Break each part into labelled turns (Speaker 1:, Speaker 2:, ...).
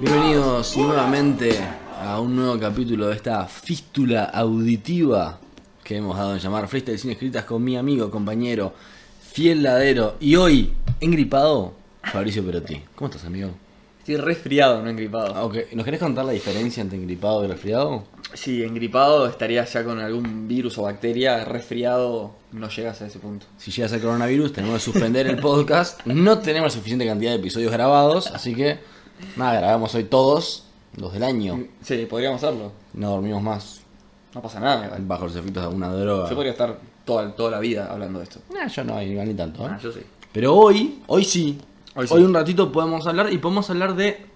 Speaker 1: Bienvenidos nuevamente a un nuevo capítulo de esta fístula auditiva que hemos dado en llamar Freestyle Sin Escritas con mi amigo, compañero, fiel ladero y hoy, engripado, Fabricio Perotti. ¿Cómo estás, amigo?
Speaker 2: Estoy resfriado, no engripado.
Speaker 1: Ah, ok. ¿Nos querés contar la diferencia entre engripado y resfriado?
Speaker 2: Sí, engripado estaría ya con algún virus o bacteria. Resfriado no llegas a ese punto.
Speaker 1: Si llegas al coronavirus, tenemos que suspender el podcast. No tenemos la suficiente cantidad de episodios grabados, así que nada, grabamos hoy todos los del año.
Speaker 2: Sí, podríamos hacerlo.
Speaker 1: No dormimos más
Speaker 2: No pasa nada, igual.
Speaker 1: bajo los efectos de alguna droga.
Speaker 2: Yo podría estar toda, toda la vida hablando de esto.
Speaker 1: Nah, yo no, igual ni tanto. ¿eh?
Speaker 2: Ah, yo sí.
Speaker 1: Pero hoy, hoy sí. Hoy,
Speaker 2: Hoy sí.
Speaker 1: un ratito podemos hablar y podemos hablar de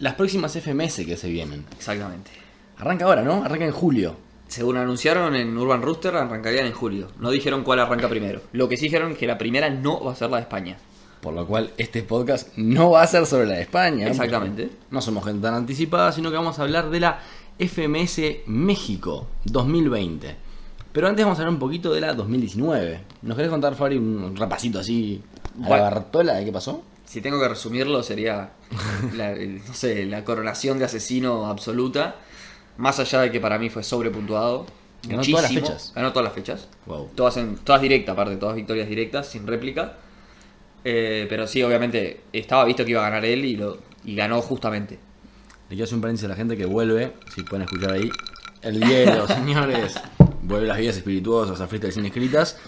Speaker 1: las próximas FMS que se vienen.
Speaker 2: Exactamente.
Speaker 1: Arranca ahora, ¿no? Arranca en julio.
Speaker 2: Según anunciaron en Urban Rooster, arrancarían en julio. No dijeron cuál arranca primero. Lo que sí dijeron que la primera no va a ser la de España.
Speaker 1: Por lo cual este podcast no va a ser sobre la de España. ¿no?
Speaker 2: Exactamente.
Speaker 1: No somos gente tan anticipada, sino que vamos a hablar de la FMS México 2020. Pero antes vamos a hablar un poquito de la 2019. ¿Nos querés contar, Fabri, un rapacito así a la
Speaker 2: Bueno.
Speaker 1: Bartola de qué pasó?
Speaker 2: Si tengo que resumirlo, sería la, el- no sé, la coronación de asesino absoluta. Más allá de que para mí fue sobrepuntuado.
Speaker 1: Ganó todas las
Speaker 2: muchísimo.
Speaker 1: fechas.
Speaker 2: Ganó todas las fechas.
Speaker 1: Wow.
Speaker 2: Todas, en, todas directas, aparte, todas victorias directas, sin réplica. Eh, pero sí, obviamente, estaba visto que iba a ganar él y, lo, y ganó justamente.
Speaker 1: Le quiero hacer un paréntesis a la gente que vuelve, si pueden escuchar ahí. El hielo, señores. Vuelve las vidas espirituosas a Freestyle sin escritas.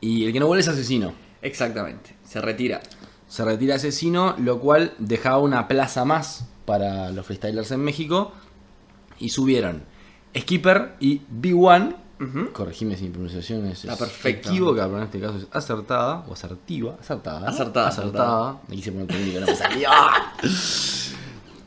Speaker 1: Y el que no vuelve es asesino.
Speaker 2: Exactamente, se retira.
Speaker 1: Se retira asesino, lo cual dejaba una plaza más para los freestylers en México. Y subieron Skipper y B1.
Speaker 2: Ujú.
Speaker 1: Corregime si mi pronunciación es,
Speaker 2: Está
Speaker 1: es
Speaker 2: perfecto.
Speaker 1: equívoca, pero en este caso es acertada o asertiva. Acertada. ¿no? Acertada.
Speaker 2: Acertada, acertada.
Speaker 1: Me quise poner técnico, no me salió.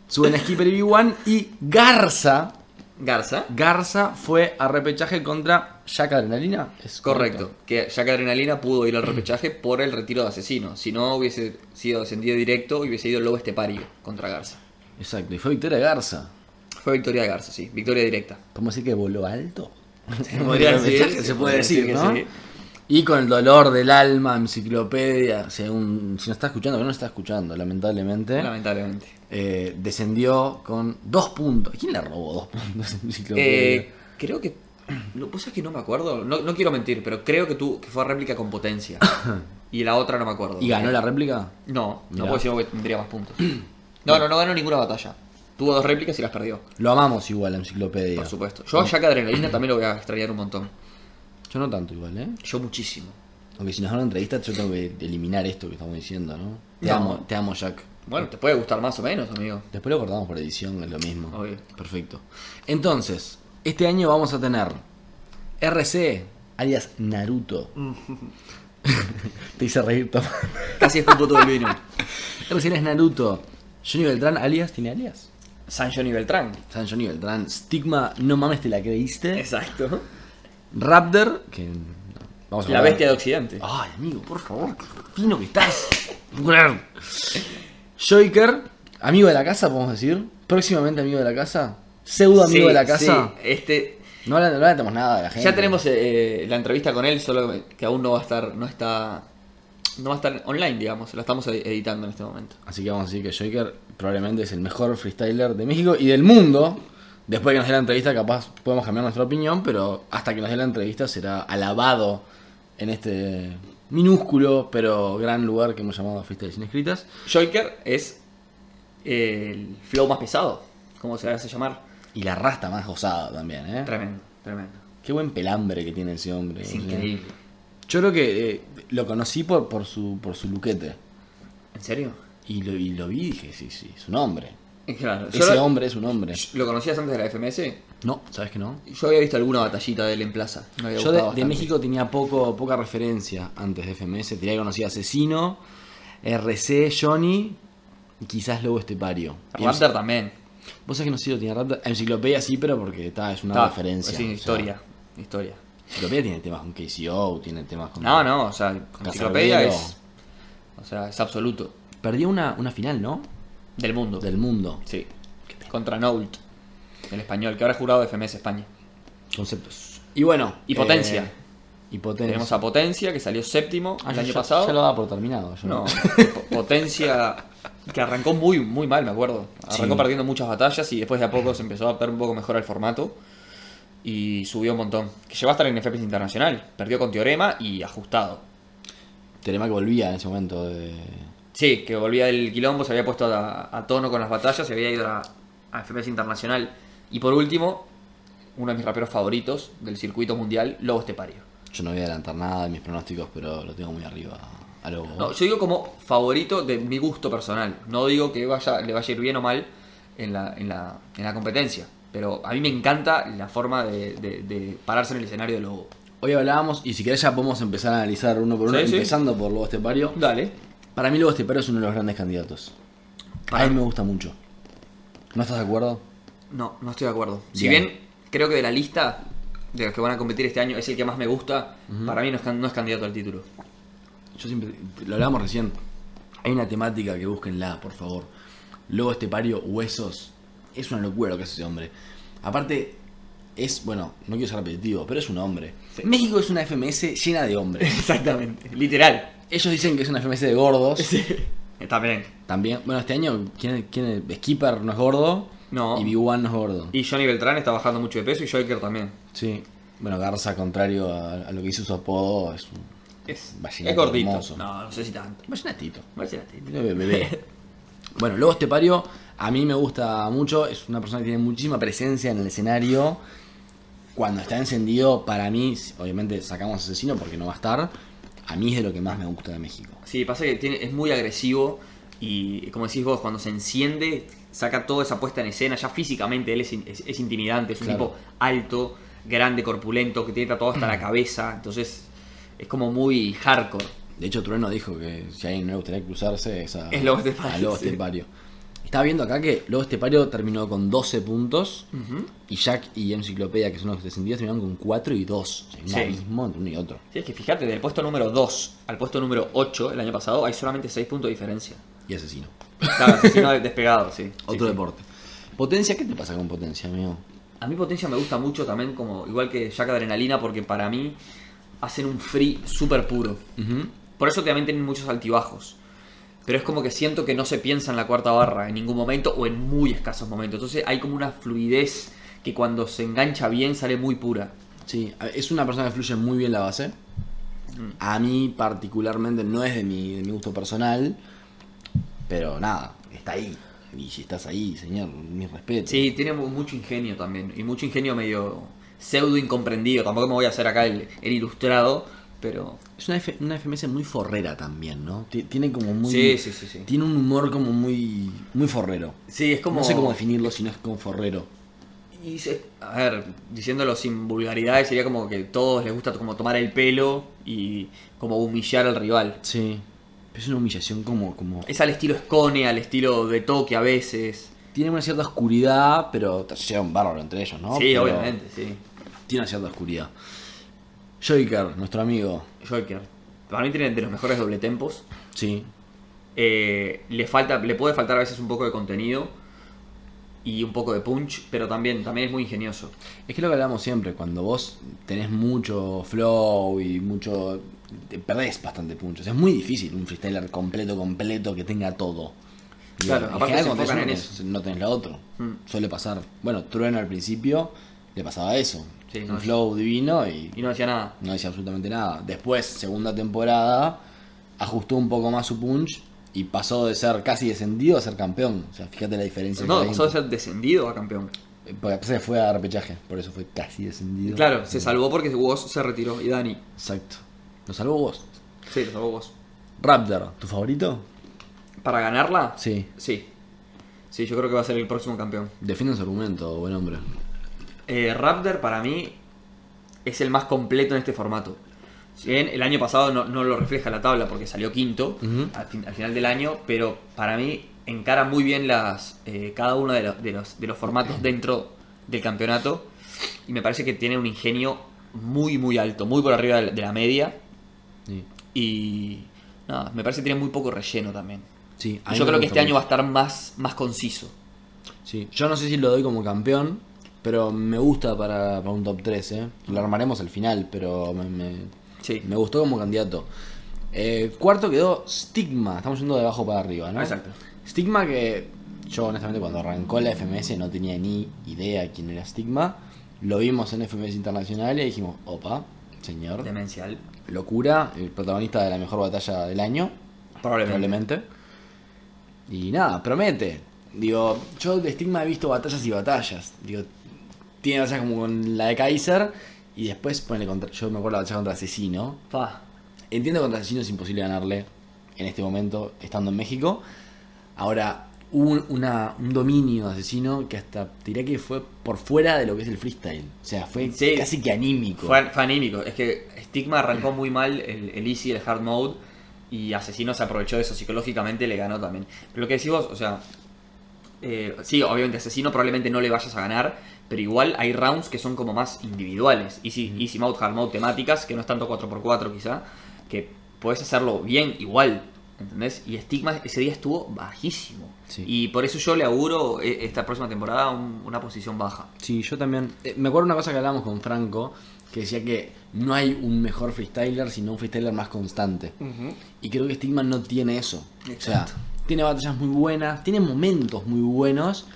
Speaker 1: Suben Skipper y B1 y Garza.
Speaker 2: Garza,
Speaker 1: Garza fue a repechaje contra Jack Adrenalina. Es
Speaker 2: correcto. Que ya que Adrenalina pudo ir al repechaje por el retiro de asesino. Si no, hubiese sido descendido directo y hubiese ido Lobo Estepario contra Garza.
Speaker 1: Exacto, y fue victoria de Garza.
Speaker 2: Fue victoria de Garza, sí, victoria directa.
Speaker 1: Podemos decir que voló alto. Se
Speaker 2: podría decir,
Speaker 1: se,
Speaker 2: se
Speaker 1: puede
Speaker 2: podría
Speaker 1: decir,
Speaker 2: decir que
Speaker 1: ¿no?
Speaker 2: sí.
Speaker 1: Y con el dolor del alma, enciclopedia, según, si no está escuchando, que no está escuchando, lamentablemente,
Speaker 2: Lamentablemente.
Speaker 1: eh, descendió con dos puntos. ¿Quién le robó dos puntos a enciclopedia?
Speaker 2: Eh, creo que. Lo pues es que no me acuerdo. No, no quiero mentir, pero creo que tú que fue a réplica con potencia. y la otra no me acuerdo.
Speaker 1: ¿Y ganó la réplica?
Speaker 2: No,
Speaker 1: Mirá.
Speaker 2: no puedo decir que tendría más puntos. No, no, no ganó ninguna batalla. Tuvo dos réplicas y las perdió,
Speaker 1: Lo amamos igual a enciclopedia.
Speaker 2: por supuesto. Yo a Jack Adrenalina también lo voy a extrañar un montón.
Speaker 1: Yo no tanto igual, ¿eh?
Speaker 2: Yo muchísimo.
Speaker 1: Aunque si nos dan una entrevista, yo tengo que eliminar esto que estamos diciendo, ¿no? Te
Speaker 2: No.
Speaker 1: amo, te amo, Jack.
Speaker 2: Bueno, te puede gustar más o menos, amigo.
Speaker 1: Después lo cortamos por edición, es lo mismo.
Speaker 2: Obvio.
Speaker 1: Perfecto. Entonces, este año vamos a tener RC, alias Naruto. Te hice reír, Tom.
Speaker 2: Casi es todo el vino.
Speaker 1: RC alias Naruto. Johnny Beltrán, alias, ¿tiene alias?
Speaker 2: San Johnny Beltrán.
Speaker 1: San Johnny Beltrán, Stigma, no mames, te la creíste.
Speaker 2: Exacto.
Speaker 1: Raptor, que. Vamos
Speaker 2: La
Speaker 1: hablar-
Speaker 2: bestia de Occidente.
Speaker 1: Ay, amigo, por favor, qué fino que estás. Joker, amigo de la casa, podemos decir. Próximamente amigo de la casa. Pseudo amigo
Speaker 2: Sí,
Speaker 1: de la casa.
Speaker 2: sí, este,
Speaker 1: No le no tenemos nada de la gente.
Speaker 2: Ya tenemos eh, la entrevista con él, solo que- que aún no va a estar, no está, no va a estar online, digamos. La estamos ed- editando en este momento.
Speaker 1: Así que vamos a decir que Joker probablemente es el mejor freestyler de México y del mundo. Después que nos dé la entrevista, capaz podemos cambiar nuestra opinión, pero hasta que nos dé la entrevista será alabado en este minúsculo pero gran lugar que hemos llamado Freestyle Sin Escritas.
Speaker 2: Joker es eh, el flow más pesado, como se le hace llamar.
Speaker 1: Y la rasta más gozada también, ¿eh?
Speaker 2: Tremendo, tremendo.
Speaker 1: Qué buen pelambre que tiene ese hombre.
Speaker 2: Es
Speaker 1: boludo.
Speaker 2: increíble.
Speaker 1: Yo creo que eh, lo conocí por, por su por su luquete.
Speaker 2: ¿En serio?
Speaker 1: Y lo, y lo vi y dije, sí, sí, es un hombre.
Speaker 2: Eh, Claro. Yo
Speaker 1: Ese
Speaker 2: lo,
Speaker 1: hombre es un hombre.
Speaker 2: ¿Lo conocías antes de la FMS?
Speaker 1: No, ¿sabes que no?
Speaker 2: Yo había visto alguna batallita de él en plaza. Me había
Speaker 1: Yo de- de,
Speaker 2: gustado bastante.
Speaker 1: México tenía poco, poca referencia antes de FMS. Tenía que conocer Asesino, RC, Johnny y quizás Lobo Estepario. Y
Speaker 2: Raptor también.
Speaker 1: en- Vos sabés que no sé si lo tenía Raptor. Enciclopedia sí, pero porque está, es una
Speaker 2: Está,
Speaker 1: referencia.
Speaker 2: Sí,
Speaker 1: o sea,
Speaker 2: historia. historia.
Speaker 1: Enciclopedia tiene temas con KCO, tiene temas con.
Speaker 2: No, no, o sea, enciclopedia
Speaker 1: Casarbero.
Speaker 2: es. O sea, es absoluto.
Speaker 1: Perdió una, una final, ¿no?
Speaker 2: Del mundo.
Speaker 1: Del mundo.
Speaker 2: Sí. Contra Noult, el español, que ahora es jurado de FMS España.
Speaker 1: Conceptos. Y bueno.
Speaker 2: Y
Speaker 1: eh,
Speaker 2: Potencia.
Speaker 1: y Potencia.
Speaker 2: Tenemos a Potencia, que salió séptimo
Speaker 1: Ah,
Speaker 2: el
Speaker 1: yo
Speaker 2: año
Speaker 1: ya-
Speaker 2: pasado.
Speaker 1: Ya lo daba por terminado. yo.
Speaker 2: No, Po- Potencia Que arrancó muy, muy mal, me acuerdo. Arrancó
Speaker 1: Sí.
Speaker 2: perdiendo muchas batallas y después de a poco se empezó a adaptar un poco mejor al formato. Y subió un montón. Que llegó a estar en FPs Internacional. Perdió con Teorema y ajustado.
Speaker 1: Teorema que volvía en ese momento de...
Speaker 2: Sí, que volvía del quilombo, se había puesto a, a tono con las batallas, se había ido a, a FMS Internacional. Y por último, uno de mis raperos favoritos del circuito mundial, Lobo Estepario.
Speaker 1: Yo no voy a adelantar nada de mis pronósticos, pero lo tengo muy arriba a Lobo.
Speaker 2: No, yo digo como favorito de mi gusto personal. No digo que vaya, le vaya a ir bien o mal en la, en la, en la competencia. Pero a mí me encanta la forma de, de- de pararse en el escenario de Lobo.
Speaker 1: Hoy hablábamos, y si querés ya podemos empezar a analizar uno por uno,
Speaker 2: Sí, sí.
Speaker 1: empezando por Lobo Estepario.
Speaker 2: Dale.
Speaker 1: Para mí Lobo Estepario es uno de los grandes candidatos.
Speaker 2: Para-
Speaker 1: A mí me gusta mucho. ¿No estás de acuerdo?
Speaker 2: No, no estoy de acuerdo. Si
Speaker 1: Bien.
Speaker 2: bien creo que de la lista de los que van a competir este año es el que más me gusta, para mí no es, can- no es candidato al título.
Speaker 1: Yo siempre, lo hablábamos recién. Hay una temática que búsquenla, por favor. Lobo Estepario, huesos. Es una locura lo que hace ese hombre. Aparte, es, bueno, no quiero ser repetitivo, pero es un hombre. México es una FMS llena de hombres.
Speaker 2: Exactamente. Literal.
Speaker 1: Ellos dicen que es una FMS de gordos.
Speaker 2: Está bien.
Speaker 1: También, bueno, este año, ¿quién, quién es? Skipper no es gordo.
Speaker 2: No.
Speaker 1: Y B1 no es gordo.
Speaker 2: Y Johnny Beltrán está bajando mucho de peso y Joker también.
Speaker 1: Sí. Bueno, Garza, contrario a, a lo que hizo su apodo, es un
Speaker 2: Es,
Speaker 1: Vallenato
Speaker 2: es gordito.
Speaker 1: hermoso.
Speaker 2: No, no sé si tanto.
Speaker 1: vallenatito.
Speaker 2: Vallenato.
Speaker 1: Bebé, bebé. Bueno, Lobo Estepario a mí me gusta mucho. Es una persona que tiene muchísima presencia en el escenario. Cuando está encendido, para mí, obviamente sacamos asesino porque no va a estar. A mí es de lo que más me gusta de México.
Speaker 2: Sí, pasa que tiene, es muy agresivo y como decís vos, cuando se enciende, saca toda esa puesta en escena, ya físicamente él es, in- es- es intimidante, es un
Speaker 1: Claro. Mm.
Speaker 2: tipo alto, grande, corpulento, que tiene tatuado hasta la cabeza, entonces es como muy hardcore.
Speaker 1: De hecho, Trueno dijo que si a alguien no le gustaría cruzarse es a,
Speaker 2: Es Lobo Estepario,
Speaker 1: a Lobo
Speaker 2: sí.
Speaker 1: Estepario. Estaba viendo acá que Lobo Estepario terminó con 12 puntos
Speaker 2: Ujú.
Speaker 1: y Jack y Enciclopedia, que son los descendidos, terminaron con 4 y 2. O sea, un
Speaker 2: Sí.
Speaker 1: abismo entre uno y otro.
Speaker 2: Sí, es que fíjate, del puesto número 2 al puesto número 8 el año pasado hay solamente 6 puntos de diferencia.
Speaker 1: Y asesino.
Speaker 2: Claro, asesino de- despegado, sí. Sí,
Speaker 1: Otro
Speaker 2: sí.
Speaker 1: deporte. Potencia, ¿qué te pasa con potencia, amigo?
Speaker 2: A mí Potencia me gusta mucho también, como igual que Jack Adrenalina, porque para mí hacen un free súper puro. Por eso también tienen muchos altibajos. Pero es como que siento que no se piensa en la cuarta barra en ningún momento o en muy escasos momentos. Entonces hay como una fluidez que cuando se engancha bien sale muy pura.
Speaker 1: Sí, a- es una persona que fluye muy bien la base.
Speaker 2: Mm.
Speaker 1: A mí particularmente no es de mi, de mi gusto personal, pero nada, está ahí. Y si estás ahí, señor, mi respeto.
Speaker 2: Sí, tiene mu- mucho ingenio también. Y mucho ingenio medio pseudo incomprendido. Tampoco me voy a hacer acá el, el ilustrado, pero...
Speaker 1: Es una, F- una FMS muy forrera también, ¿no? Ti- Tiene como muy...
Speaker 2: Sí, sí, sí, sí.
Speaker 1: Tiene un humor como muy muy forrero.
Speaker 2: Sí, es como...
Speaker 1: No sé cómo definirlo si no es como forrero.
Speaker 2: Y se- a ver, diciéndolo sin vulgaridades, sería como que a todos les gusta como tomar el pelo y como humillar al rival.
Speaker 1: Sí. Pero es una humillación como... como...
Speaker 2: Es al estilo Scone, al estilo de toque a veces.
Speaker 1: Tiene una cierta oscuridad, pero se llevan bárbaro entre ellos, ¿no?
Speaker 2: sí,
Speaker 1: Pero
Speaker 2: obviamente, sí.
Speaker 1: Tiene una cierta oscuridad. Joker, nuestro amigo.
Speaker 2: Joker. Para mí tiene de los mejores doble tempos.
Speaker 1: Sí,
Speaker 2: Eh, le, falta, le puede faltar a veces un poco de contenido y un poco de punch, pero también, también es muy ingenioso.
Speaker 1: Es que lo que hablamos siempre, cuando vos tenés mucho flow y mucho. te perdés bastante punch. O sea, es muy difícil un freestyler completo, completo, que tenga todo.
Speaker 2: Claro, aparte se
Speaker 1: cuando
Speaker 2: enfocan
Speaker 1: tenés
Speaker 2: en
Speaker 1: uno, tenés- No tenés la otro.
Speaker 2: Mm.
Speaker 1: Suele pasar. Bueno, Trueno al principio le pasaba eso.
Speaker 2: Sí,
Speaker 1: un
Speaker 2: no,
Speaker 1: flow divino y
Speaker 2: Y no decía nada.
Speaker 1: no decía absolutamente nada. Después, segunda temporada, ajustó un poco más su punch y pasó de ser casi descendido a ser campeón. O sea, fíjate la diferencia.
Speaker 2: No,
Speaker 1: que hay
Speaker 2: pasó de
Speaker 1: entre-
Speaker 2: ser descendido a campeón.
Speaker 1: Porque se fue a repechaje, por eso fue casi descendido.
Speaker 2: Claro, se salvó porque Woz se retiró y Dani.
Speaker 1: Exacto. Lo salvó vos.
Speaker 2: Sí, lo salvó Woz.
Speaker 1: Raptor, ¿tu favorito?
Speaker 2: ¿Para ganarla?
Speaker 1: Sí.
Speaker 2: Sí. Sí, yo creo que va a ser el próximo campeón.
Speaker 1: Defiende su argumento, buen hombre.
Speaker 2: Eh, Raptor para mí es el más completo en este formato. Si bien el año pasado no, no lo refleja la tabla porque salió quinto
Speaker 1: Ujú.
Speaker 2: al, fin- al final del año, pero para mí encara muy bien las eh, cada uno de los, de, los, de los formatos dentro del campeonato y me parece que tiene un ingenio muy muy alto, muy por arriba de la, de la media
Speaker 1: Sí.
Speaker 2: y nada, me parece que tiene muy poco relleno también.
Speaker 1: Sí, a
Speaker 2: Y
Speaker 1: mí
Speaker 2: Yo
Speaker 1: me
Speaker 2: creo que
Speaker 1: gusta
Speaker 2: este año va a
Speaker 1: mucho.
Speaker 2: estar más, más conciso.
Speaker 1: Sí. Yo no sé si lo doy como campeón, pero me gusta para, para un top 3, ¿eh? Lo armaremos al final, pero me, me-
Speaker 2: Sí.
Speaker 1: me gustó como candidato. Eh, cuarto quedó Stigma. Estamos yendo de abajo para arriba, ¿no?
Speaker 2: Exacto.
Speaker 1: Stigma que yo honestamente cuando arrancó la FMS no tenía ni idea quién era Stigma. Lo vimos en FMS Internacional y dijimos, opa, señor,
Speaker 2: Demencial.
Speaker 1: locura, el protagonista de la mejor batalla del año,
Speaker 2: Probablemente.
Speaker 1: probablemente. Y nada, promete. Digo, yo de Stigma he visto batallas y batallas. Digo, tiene batallas como con la de Kaiser y después ponele contra, yo me acuerdo la batalla contra Asesino,
Speaker 2: Pa.
Speaker 1: Entiendo que contra Asesino es imposible ganarle en este momento, estando en México. Ahora, hubo un, una- un dominio de Asesino que hasta te diría que fue por fuera de lo que es el freestyle. O sea, fue
Speaker 2: Sí.
Speaker 1: casi que anímico.
Speaker 2: Fue, fue anímico. Es que Stigma arrancó muy mal el, el easy, el hard mode. Y Asesino se aprovechó de eso psicológicamente y le ganó también. Pero lo que decís vos, o sea. eh, sí, obviamente, Asesino probablemente no le vayas a ganar. Pero igual hay rounds que son como más individuales. Easy, easy mode, hard mode, temáticas. Que no es tanto 4x4 quizá. Que podés hacerlo bien igual. ¿Entendés? Y Stigma ese día estuvo bajísimo.
Speaker 1: Sí.
Speaker 2: Y por eso yo le auguro eh, esta próxima temporada un- una posición baja.
Speaker 1: Sí, yo también. Eh, me acuerdo una cosa que hablábamos con Franco, que decía que no hay un mejor freestyler, sino un freestyler más constante. Y creo que Stigma no tiene eso. O
Speaker 2: Exacto.
Speaker 1: sea, tiene batallas muy buenas, tiene momentos muy buenos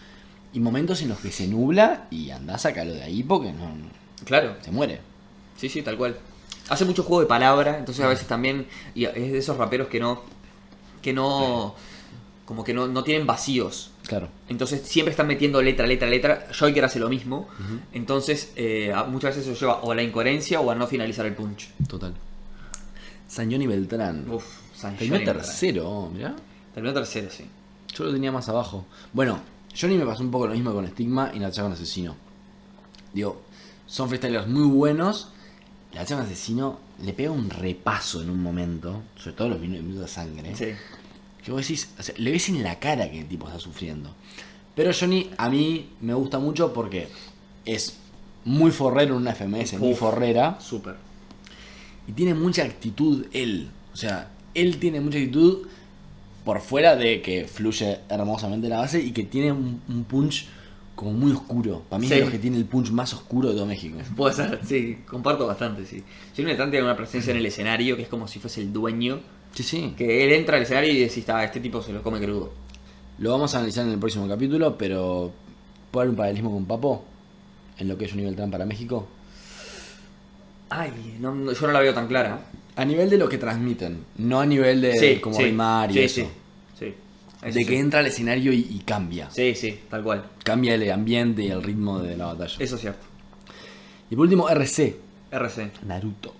Speaker 1: y momentos en los que se nubla y anda a sacarlo de ahí porque no, no-
Speaker 2: Claro.
Speaker 1: se muere.
Speaker 2: Sí, sí, tal cual. Hace mucho juego de palabra, entonces a
Speaker 1: Mm.
Speaker 2: veces también. Y es de esos raperos que no. que no. como que no, no tienen vacíos.
Speaker 1: Claro.
Speaker 2: Entonces siempre están metiendo letra, letra, letra. Joyker hace lo mismo. Entonces eh, a- muchas veces eso lleva o a la incoherencia o a no finalizar el punch.
Speaker 1: Total. San Johnny Beltrán.
Speaker 2: Uf, San
Speaker 1: Terminó
Speaker 2: Johnny Beltrán.
Speaker 1: tercero, oh, mirá.
Speaker 2: Terminó tercero, sí.
Speaker 1: Yo lo tenía más abajo. Bueno, Johnny me pasó un poco lo mismo con Stigma y la con Asesino. Digo, son freestylers muy buenos. La con Asesino le pega un repaso en un momento, sobre todo los minu- minutos de sangre.
Speaker 2: Sí.
Speaker 1: Que vos decís, o sea, le ves en la cara que el tipo está sufriendo. Pero Johnny a mí me gusta mucho porque es muy forrero en una FMS, muy
Speaker 2: Uf.
Speaker 1: forrera.
Speaker 2: Súper.
Speaker 1: Y tiene mucha actitud él. O sea, él tiene mucha actitud por fuera de que fluye hermosamente la base y que tiene un, un punch como muy oscuro. Para mí
Speaker 2: Sí.
Speaker 1: es lo que tiene el punch más oscuro de todo México.
Speaker 2: Puede ser, sí, comparto bastante, sí. Johnny Beltrán tiene una presencia en el escenario que es como si fuese el dueño.
Speaker 1: Sí, sí.
Speaker 2: Que él entra al escenario y decís, "Ah, este tipo se lo come crudo.
Speaker 1: Lo vamos a analizar en el próximo capítulo, pero ¿puedo haber un paralelismo con Papo? En lo que es Johnny Beltrán para México.
Speaker 2: Ay, no, no, yo no la veo tan clara.
Speaker 1: A nivel de lo que transmiten, no a nivel de Eh, como rimar y
Speaker 2: sí,
Speaker 1: eso.
Speaker 2: Sí, sí. Eso
Speaker 1: de
Speaker 2: sí.
Speaker 1: que entra al escenario y, y cambia.
Speaker 2: Sí, sí, tal cual.
Speaker 1: Cambia el ambiente y el ritmo de la batalla.
Speaker 2: Eso es cierto.
Speaker 1: Y por último, RC.
Speaker 2: RC,
Speaker 1: Naruto.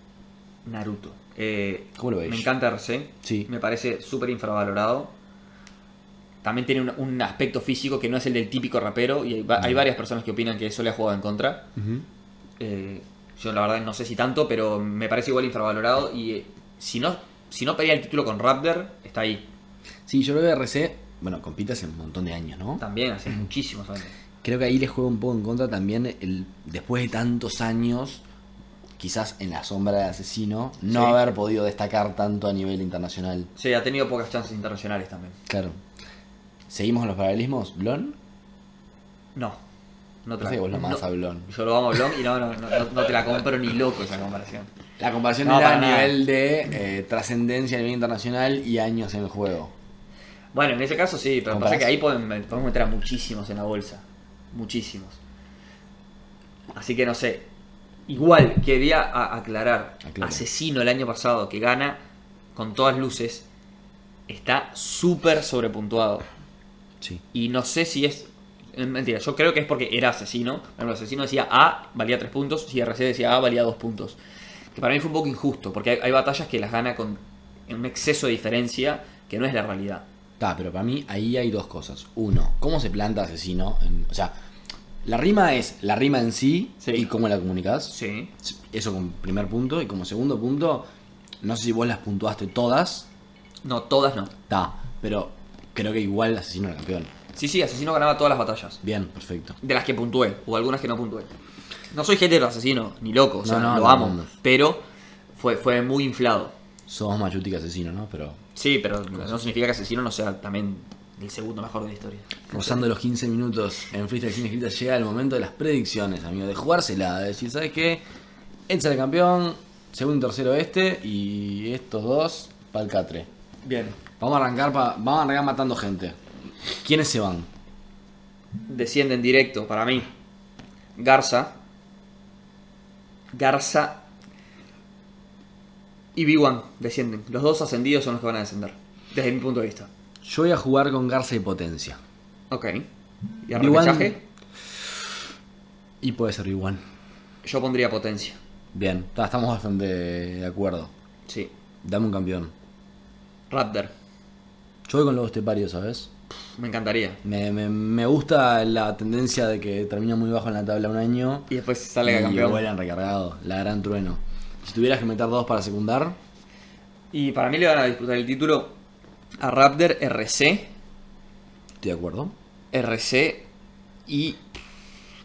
Speaker 2: Naruto. Eh,
Speaker 1: ¿Cómo lo ves?
Speaker 2: Me encanta RC.
Speaker 1: Sí.
Speaker 2: Me parece súper infravalorado. También tiene un, un aspecto físico que no es el del típico rapero. Y hay, va- hay varias personas que opinan que eso le ha jugado en contra. Eh, yo la verdad no sé si tanto, pero me parece igual infravalorado. Y eh, si no, si no pelea el título con Raptor, está ahí.
Speaker 1: Sí, yo creo que RC, bueno, compite hace un montón de años, ¿no?
Speaker 2: También, hace muchísimos años.
Speaker 1: Creo que ahí le juega un poco en contra también el después de tantos años, quizás en la sombra de asesino, no
Speaker 2: Sí.
Speaker 1: haber podido destacar tanto a nivel internacional.
Speaker 2: Sí, ha tenido pocas chances internacionales también.
Speaker 1: Claro. ¿Seguimos con los paralelismos? ¿Blon?
Speaker 2: No. No
Speaker 1: Parece que vos lo más a Blon.
Speaker 2: Yo lo amo a Blon y no, no, no, no te la compro ni loco esa comparación.
Speaker 1: La comparación
Speaker 2: No,
Speaker 1: era a
Speaker 2: para nada.
Speaker 1: nivel de eh, trascendencia a nivel internacional y años en el juego.
Speaker 2: Bueno, en ese caso sí, pero
Speaker 1: ¿Comparás?
Speaker 2: pasa que ahí pueden- podemos meter a muchísimos en la bolsa. Muchísimos. Así que no sé. Igual, quería a- aclarar.
Speaker 1: Aclara.
Speaker 2: Asesino el año pasado que gana con todas luces está súper sobrepuntuado.
Speaker 1: Sí.
Speaker 2: Y no sé si es. eh, Mentira, yo creo que es porque era asesino. Bueno, el asesino decía A, valía 3 puntos. Si RC decía A, valía 2 puntos. Que para mí fue un poco injusto, porque hay, hay batallas que las gana con un exceso de diferencia que no es la realidad.
Speaker 1: Ta, pero para mí ahí hay dos cosas. Uno, ¿cómo se planta asesino? En- o sea, la rima es la rima en sí,
Speaker 2: Sí.
Speaker 1: y cómo la comunicas.
Speaker 2: Sí.
Speaker 1: Eso como primer punto. Y como segundo punto, no sé si vos las puntuaste todas.
Speaker 2: No, todas no.
Speaker 1: Ta, pero creo que igual asesino era campeón.
Speaker 2: Sí, sí, asesino ganaba todas las batallas.
Speaker 1: Bien, perfecto.
Speaker 2: De las que puntué, o algunas que no puntué. No soy gente de asesino, ni loco, o sea,
Speaker 1: No, no,
Speaker 2: lo
Speaker 1: no,
Speaker 2: amo.
Speaker 1: no.
Speaker 2: Pero fue, fue muy inflado.
Speaker 1: Somos Mayuti que asesino, ¿no? Pero
Speaker 2: Sí, pero no significa que asesino no sea también el segundo mejor de la historia.
Speaker 1: rozando los 15 minutos en Freestyle Sin Escrita llega el momento de las predicciones, amigo. De jugársela, de decir, ¿sabes qué? Él será el campeón, segundo y tercero este, y estos dos, pa'l catre.
Speaker 2: Bien.
Speaker 1: Vamos a arrancar, pa- vamos a arrancar matando gente. ¿Quiénes se van?
Speaker 2: Descienden directo para mí. Garza. Garza. Y B1 descienden. Los dos ascendidos son los que van a descender. Desde mi punto de vista.
Speaker 1: Yo voy a jugar con Garza y Potencia.
Speaker 2: Ok. ¿Y
Speaker 1: B1.
Speaker 2: arrepechaje?
Speaker 1: Y puede ser B1.
Speaker 2: Yo pondría potencia.
Speaker 1: Bien, ta, estamos bastante de acuerdo.
Speaker 2: Sí.
Speaker 1: Dame un campeón.
Speaker 2: Raptor.
Speaker 1: Yo voy con Lobos Teparios, ¿sabes?
Speaker 2: Me encantaría.
Speaker 1: Me, me- me gusta la tendencia de que termina muy bajo en la tabla un año
Speaker 2: Y después
Speaker 1: y
Speaker 2: sale campeón.
Speaker 1: vuelan recargado. La gran trueno. Si tuvieras que meter dos para secundar,
Speaker 2: Y para mí le van a disputar el título a Raptor RC.
Speaker 1: estoy de acuerdo.
Speaker 2: RC y.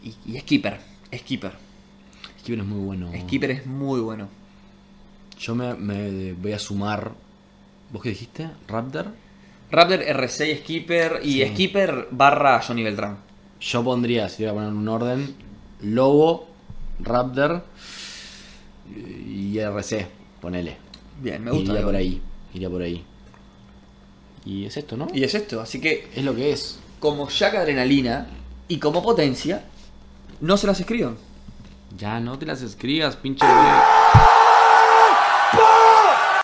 Speaker 2: Y, y Skipper. Skipper.
Speaker 1: Skipper es muy bueno.
Speaker 2: Skipper es muy bueno.
Speaker 1: Yo me, me voy a sumar. ¿Vos qué dijiste? ¿Raptor?
Speaker 2: Raptor RC y Skipper. Y
Speaker 1: Sí.
Speaker 2: Skipper barra Johnny Beltrán.
Speaker 1: Yo pondría, si voy a poner un orden, Lobo, Raptor y RC. Ponele.
Speaker 2: Bien, me gusta.
Speaker 1: Iría
Speaker 2: me
Speaker 1: por
Speaker 2: gusta.
Speaker 1: ahí. Iría por ahí. Y es esto, ¿no?
Speaker 2: Y es esto, así que
Speaker 1: Es lo que es.
Speaker 2: como Jack Adrenalina y como Potencia, no se las escriban.
Speaker 1: Ya no te las escribas, pinche.